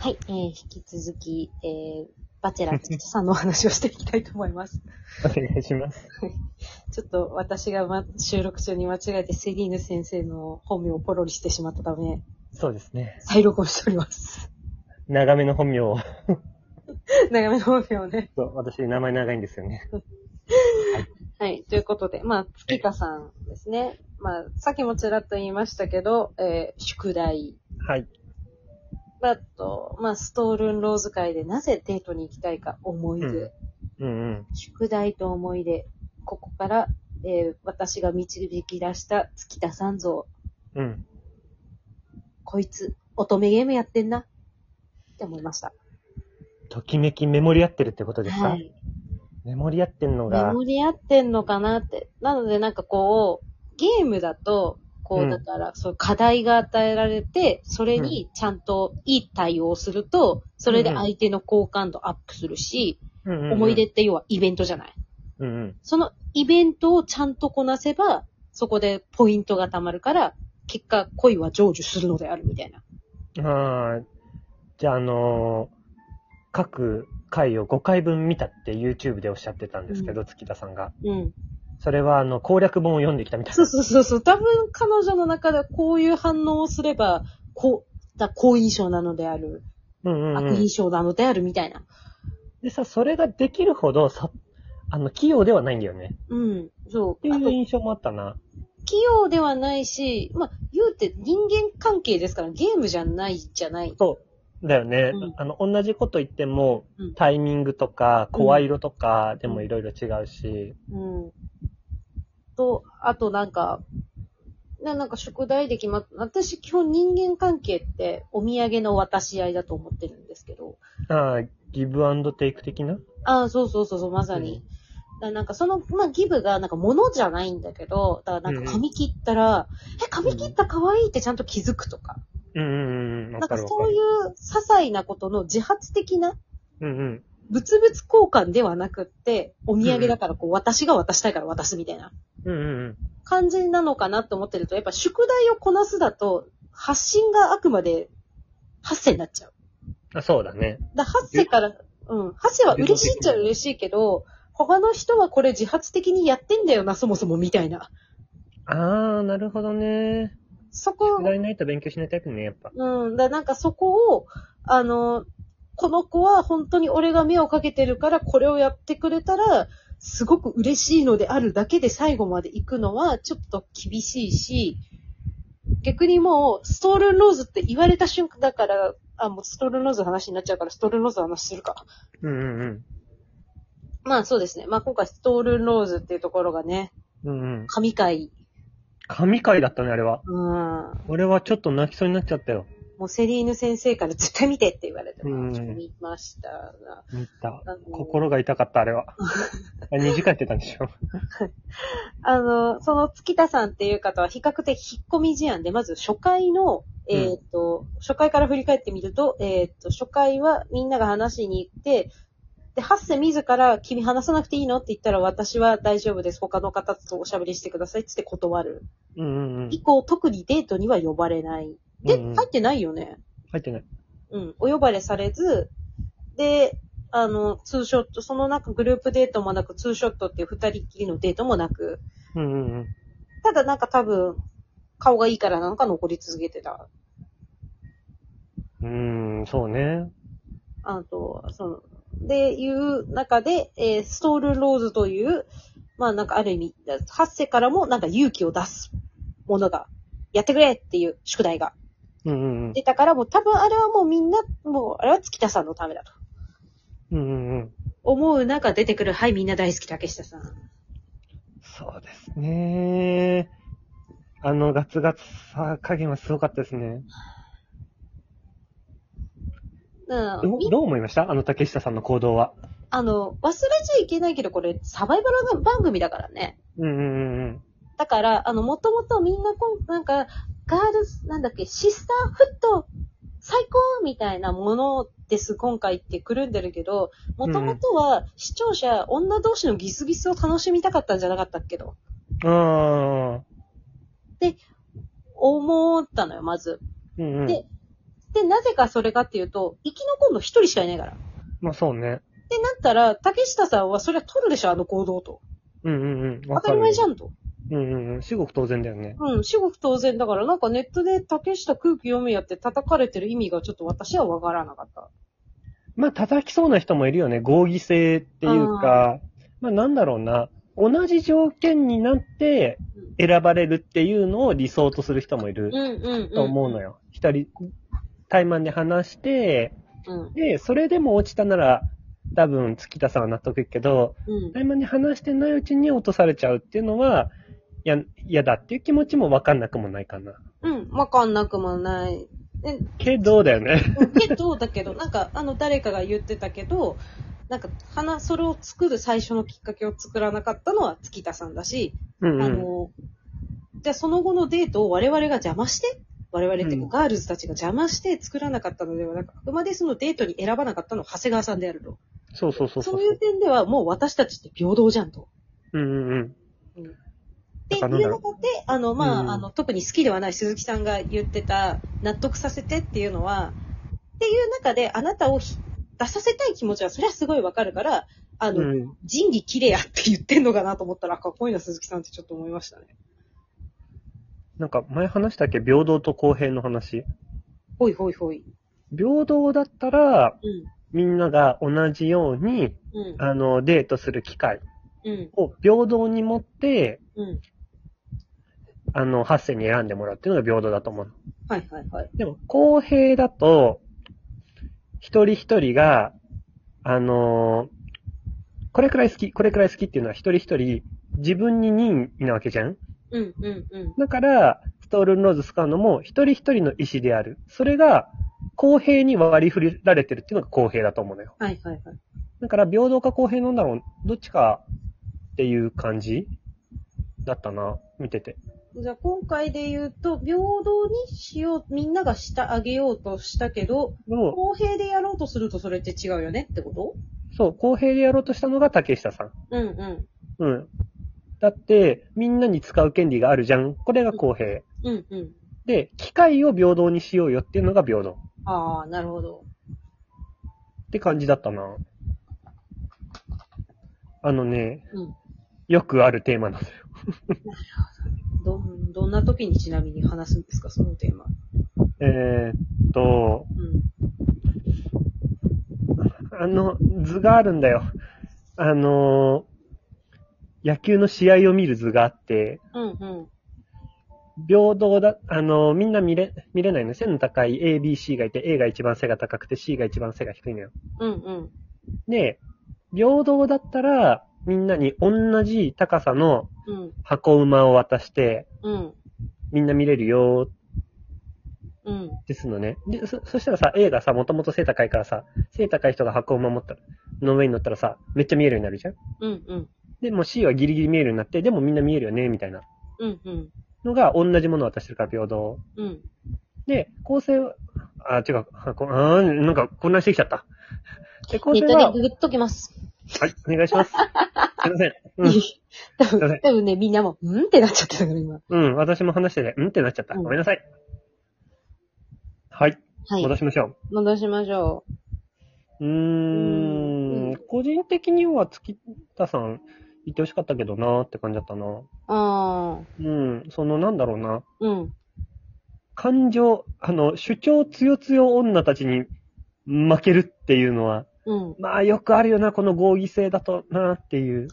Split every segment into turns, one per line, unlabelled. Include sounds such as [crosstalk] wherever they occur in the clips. はい、えー引き続き、えーバチェラーさんのお話をしていきたいと思います。 [laughs]
お願いします。
ちょっと私が、ま、収録中に間違えてセリーヌ先生の本名をポロリしてしまったため、
そうですね。
再録音しております。 [laughs]
長めの本名を。
長めの本名をね。
そう私、名前長いんですよね。
はい、ということで、まあ、月香さんですね。まあ、さっきもちらっと言いましたけど、えー宿題。
はい。
あと、まあ、ストールンローズ会でなぜデートに行きたいか、思い出。
うんうんうん。
宿題と思い出。ここから、えー私が導き出した月田三像。
うん。
こいつ、乙女ゲームやってんな。って思いました。
ときめきメモリ合ってるってことですか、
はい。
メモリ合ってんの
メ
が
モ、リ合ってんのかなって。なのでなんかこう、ゲームだと、こ
う
う、
ん
だから、そう、課題が与えられて、それにちゃんといい対応をすると、それで相手の好感度アップするし、
うんうんうん
思い出っ。て要はイベントじゃない。
うんうん。
そのイベントをちゃんとこなせば、そこでポイントが貯まるから、結果恋は成就するのであるみたいな。
あーじゃあ、あのー各回を5回分見たって YouTube でおっしゃってたんですけど、月田さんが。
うん。
それは、あの、攻略本を読んできたみたい
そうそうそうそう。多分彼女の中ではこういう反応をすれば、こう、だ好印象なのである、
な。うんうん、う
悪
ん
印。象なのであるみたいな。
でさ、それができるほど、さ、あの、器用ではないんだよね。
うん。そ
って
う。
い
あ
う
と、
印象もあったな。
器用ではないし、まあ、言うて人間関係ですから、ゲームじゃないじゃない。
そう。だよね。
うん
あの、同じこと言っても
うん、
タイミングとか、声色とかでもいろいろ違うし、
うん。と、あとなんか、ななんか宿題で決まっ私基本人間関係ってお土産の渡し合いだと思ってるんですけど、
ああ、ギブアンドテイク的な
ああ、そうそうそうそう、まさに。だからなんかその、まあ、ギブがなんか物じゃないんだけど、だからなんか髪切ったら、え、髪切った可愛いってちゃんと気づくとか、
うんうんうん。わ
なん
か
か
るわ
そ
か
うい
る。
う些細なことの自発的な
うんうん。
物々交換ではなくって、お土産だからこう、私が渡したいから渡すみたいな。
うんうんうん。
感じなのかなと思ってると、やっぱ宿題をこなすだと、発信があくまで、発生になっちゃう。
あ、そうだね。
だ発生から、うん、発生は嬉しいっちゃ嬉しいけど、他の人はこれ自発的にやってんだよな、そもそもみたいな。
ああ、なるほどね。
そこ
宿、題ないと勉強しないタイプね、やっぱ。
うん、だなんかそこを、あの、この子は本当に俺が目をかけてるから、これをやってくれたら、すごく嬉しいのであるだけで最後まで行くのはちょっと厳しいし、逆にもう、ストールンローズって言われた瞬間だから、あ、もうストールンローズの話になっちゃうから、ストールンローズの話するか。
うんうんうん。
まあそうですね。まあ今回ストールンローズっていうところがね、
うんうん。
神回。
神回だったね、あれは。
うん。も
俺はちょっと泣きそうになっちゃったよ。
うセリーヌ先生から絶対見てって言われて、
うん
ちょっと見ましたが。
見た。
あの
心が痛かった、あ
[laughs]
れは。あ2時間やってたんでしょ。
あの、その月田さんっていう方は比較的引っ込み事案で、まず初回の、
うん
えっ、と、初回から振り返ってみると、えっ、と、初回はみんなが話しに行って、で、ハッセ自ら君話さなくていいのって言ったら私は大丈夫です。他の方とおしゃべりしてくださいってって断る。
うんうんうん。
以降、特にデートには呼ばれない。で、
うんうん
入ってないよね。
入ってない。
うん、お呼ばれされず、で、あの、ツーショット、その中グループデートもなく、ツーショットっていう二人っきりのデートもなく、
うんうんうん。
ただなんか多分、顔がいいからなんか残り続けてた。
うーん、そうね。
あと、その、で、いう中で、えーストールローズという、まあなんかある意味、発生からもなんか勇気を出すものが、やってくれっていう宿題が
うんうんうん。
出たから、もう多分あれはもうみんな、もうあれは月田さんのためだと。
うんうんうん。
思う中出てくる、はいみんな大好き竹下さん。
そうですね。あのガツガツさ加減はすごかったですね。
う
ど
ん
う、。どう思いましたあの竹下さんの行動は。
あの、忘れちゃいけないけど、これサバイバル番組だからね。
うんうんうん
だから、あの、もともとみんなこん、なんか、ガールズ、なんだっけ、シスターフット、最高みたいなものです、今回ってくるんでるけど、もともとは視聴者、女同士のギスギスを楽しみたかったんじゃなかったっけど、
うん。ああ。
思ったのよ、まず。
うんうん。
でで、なぜかそれかっていうと、生き残るの一人しかいないから。
まあそうね。
で、なったら、竹下さんはそれは取るでしょ、あの行動と。
うんうんうん。
当たり前じ
ゃ
ゃんと。
ん。うんうんうん。至極当然だよね。
うん、至極当然だから、なんかネットで竹下空気読むやって叩かれてる意味がちょっと私はわからなかった。
まあ叩きそうな人もいるよね。合議制っていうか、まあなんだろうな。同じ条件になって選ばれるっていうのを理想とする人もいる
うんうん、うん。
と思うの。よ。一人、対マンで話して、
うん。
で、それでも落ちたなら、多分月田さんは納得いくけど、
うん。
対マンで話してないうちに落とされちゃうっていうのは、や、嫌だっていう気持ちもわかんなくもないかな。
うん。わかんなくもない。で
けどだよね。
けど、だけど、なんか、あの、誰かが言ってたけど、なんか、花、それを作る最初のきっかけを作らなかったのは月田さんだし、
うん
あ
うん。
の、じゃあその後のデートを我々が邪魔して、我々っていううんかガールズたちが邪魔して作らなかったのではなく、あくまでそのデートに選ばなかったのは長谷川さんであると。
そうそうそう
そういう点ではもう私たちって平等じゃんと。
うんうんうん。
っていう
なんかなんだろう
中で、あの、まあ、
うん
あの、特に好きではない鈴木さんが言ってた、納得させてっていうのは、っていう中で、あなたをひ出させたい気持ちは、それはすごいわかるから、あの、
うん
仁義綺麗やって言ってんのかなと思ったら、かっこいいな、鈴木さんってちょっと思いましたね。
なんか前話したっけ平等と公平の話。
ほいほいほい。
平等だったら、
うん。
みんなが同じように、
うん。
あの、デートする機会
うん。
を平等に持って、
うん。
あの、発生に選んでもらうっていうのが平等だと思う。
はいはいはい。
でも、公平だと、一人一人が、あのこれくらい好き、これくらい好きっていうのは一人一人、自分に任意なわけじゃん
うんうんうん。
だから、ストールンローズ使うのも、一人一人の意思である。それが、公平に割り振られてるっていうのが公平だと思うのよ。
はいはいはい。
だから、平等か公平なんだろう。どっちかっていう感じだったな、見てて。
じゃあ今回で言うと、平等にしよう、みんながした、あげようとしたけど、
でも、
公平でやろうとするとそれって違うよねってこと
そう、公平でやろうとしたのが竹下さん。
うんうん。
うん。だって、みんなに使う権利があるじゃん。これが公平。
うんうん。
で、機会を平等にしようよっていうのが平等。
ああ、なるほど。
って感じだったな。あのね、
うん
よくあるテーマなんだよ。
ど、どんな時にちなみに話すんですか、そのテーマ。
えーっと、
うん。
あの、図があるんだよ。あのー野球の試合を見る図があって、
うんうん。
平等だ、あのーみんな見れ、見れないの。背の高い A、B、C がいて、A が一番背が高くて、C が一番背が低いのよ。
うんうん。
で、平等だったら、みんなに同じ高さの
うん
箱馬を渡して、
うん。
みんな見れるよーっ
うん。
ですのね。で、そ、そしたらさ、A がさ、もともと背高いからさ、背高い人が箱を守ったら、の上に乗ったらさ、めっちゃ見えるようになるじゃん
うんうん。
で、もう C はギリギリ見えるようになって、でもみんな見えるよね、みたいな
うんうん。
のが、同じものを渡してるから平等。
うん。
で、構成は、あ、違う、あこあーなんか混乱してきちゃった。で、構
ネ
成
ット
は
で、ググっときます。
はい、お願いします。すいません。うん
[laughs] 多
すいませ
分、
ん
多分ね、みんなも、うんってなっちゃってたから、今。、
うん、私も話してて、うんってなっちゃった。ごめんなさい。はい、
はい。
戻しましょう。
戻しましょ
うー
うん
ん、個人的には月田さん行ってほしかったけどなーって感じだったな。
う。ああ。
うん、そのなんだろうな。
うん。
感情、あの、主張強強女たちに負けるっていうのは、
うん。
まあよくあるよな、この合議制だとなーっていう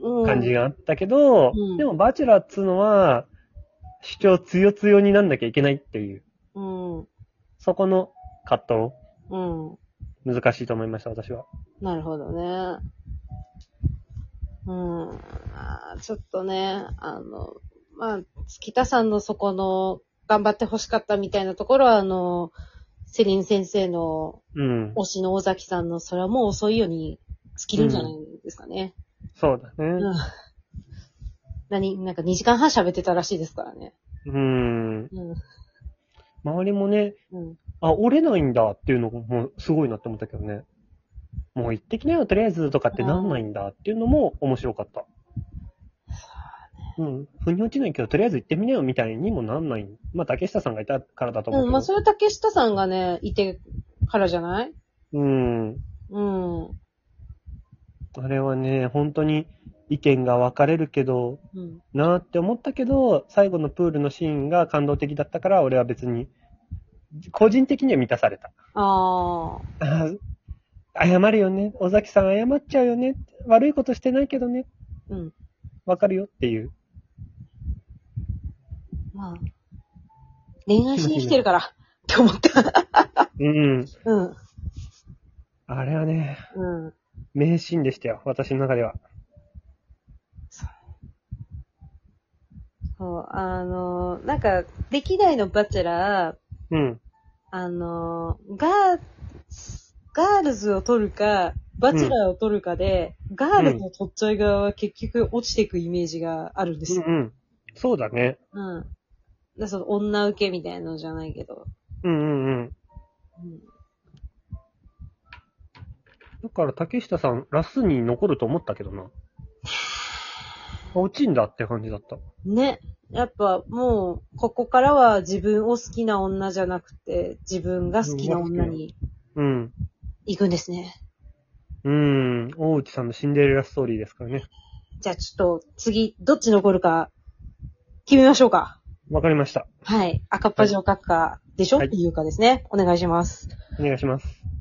うん。
感じがあったけど、
うん
でもバチェラーっつうのは、主張強強になんなきゃいけないっていう、
うん。う
そこの葛
ん。
藤、難しいと思いました、私は。
なるほどね。うん。あーちょっとね、あの、まあ、月田さんのそこの、頑張って欲しかったみたいなところは、あの、セリン先生の
うん。
推しの尾崎さんの、それはもう遅いように尽きるんじゃないですかね。
そうだね。
うん。何、なんか2時間半喋ってたらしいですからね。
うん。
うん。
周りもね、
うん。
あ、折れないんだっていうのもすごいなって思ったけどね。もう行ってきなよ、とりあえずとかってなんないんだっていうのも面白かった。うん。腑に落ちないけど、とりあえず行ってみなよみたいにもなんない。まあ、竹下さんがいたからだと思う
うん、
けど。
まあ、それは竹下さんがね、いてからじゃない
うん。
うん。う
あれはね、本当に意見が分かれるけど、
ん。
なーって思ったけど、最後のプールのシーンが感動的だったから、俺は別に、個人的には満たされた。
ああ。
あー謝るよね。尾崎さん謝っちゃうよね。悪いことしてないけどね。
うん。
わかるよっていう。
まあ。恋愛しに来てるから、って思った。
うん。
うん。
あれはね、
うん。
名シーンでしたよ。私の中では。
そう、あの、なんか、歴代のバチェラー、
うん。
あの、ガー、ガールズを取るか、バチェラーを取るかで、ガールズを取っちゃい側は結局落ちていくイメージがあるんで
う
す
ん
よ。
うん。そうだね。
うん。だからその女受けみたいなのじゃないけど。
うんうんうん。
うん、
だから竹下さん、ラスに残ると思ったけどな。落ちんだって感じだった。
ね。やっぱもう、ここからは自分を好きな女じゃなくて、自分が好きな女に
うん。
行くんですね。
うん。大内さんのシンデレラストーリーですからね。
じゃあちょっと、次、どっち残るか、決めましょうか。
わかりました。
はい。赤っ端を書くか、でしょ、
はい
っていうかですね。お願いします。
お願いします。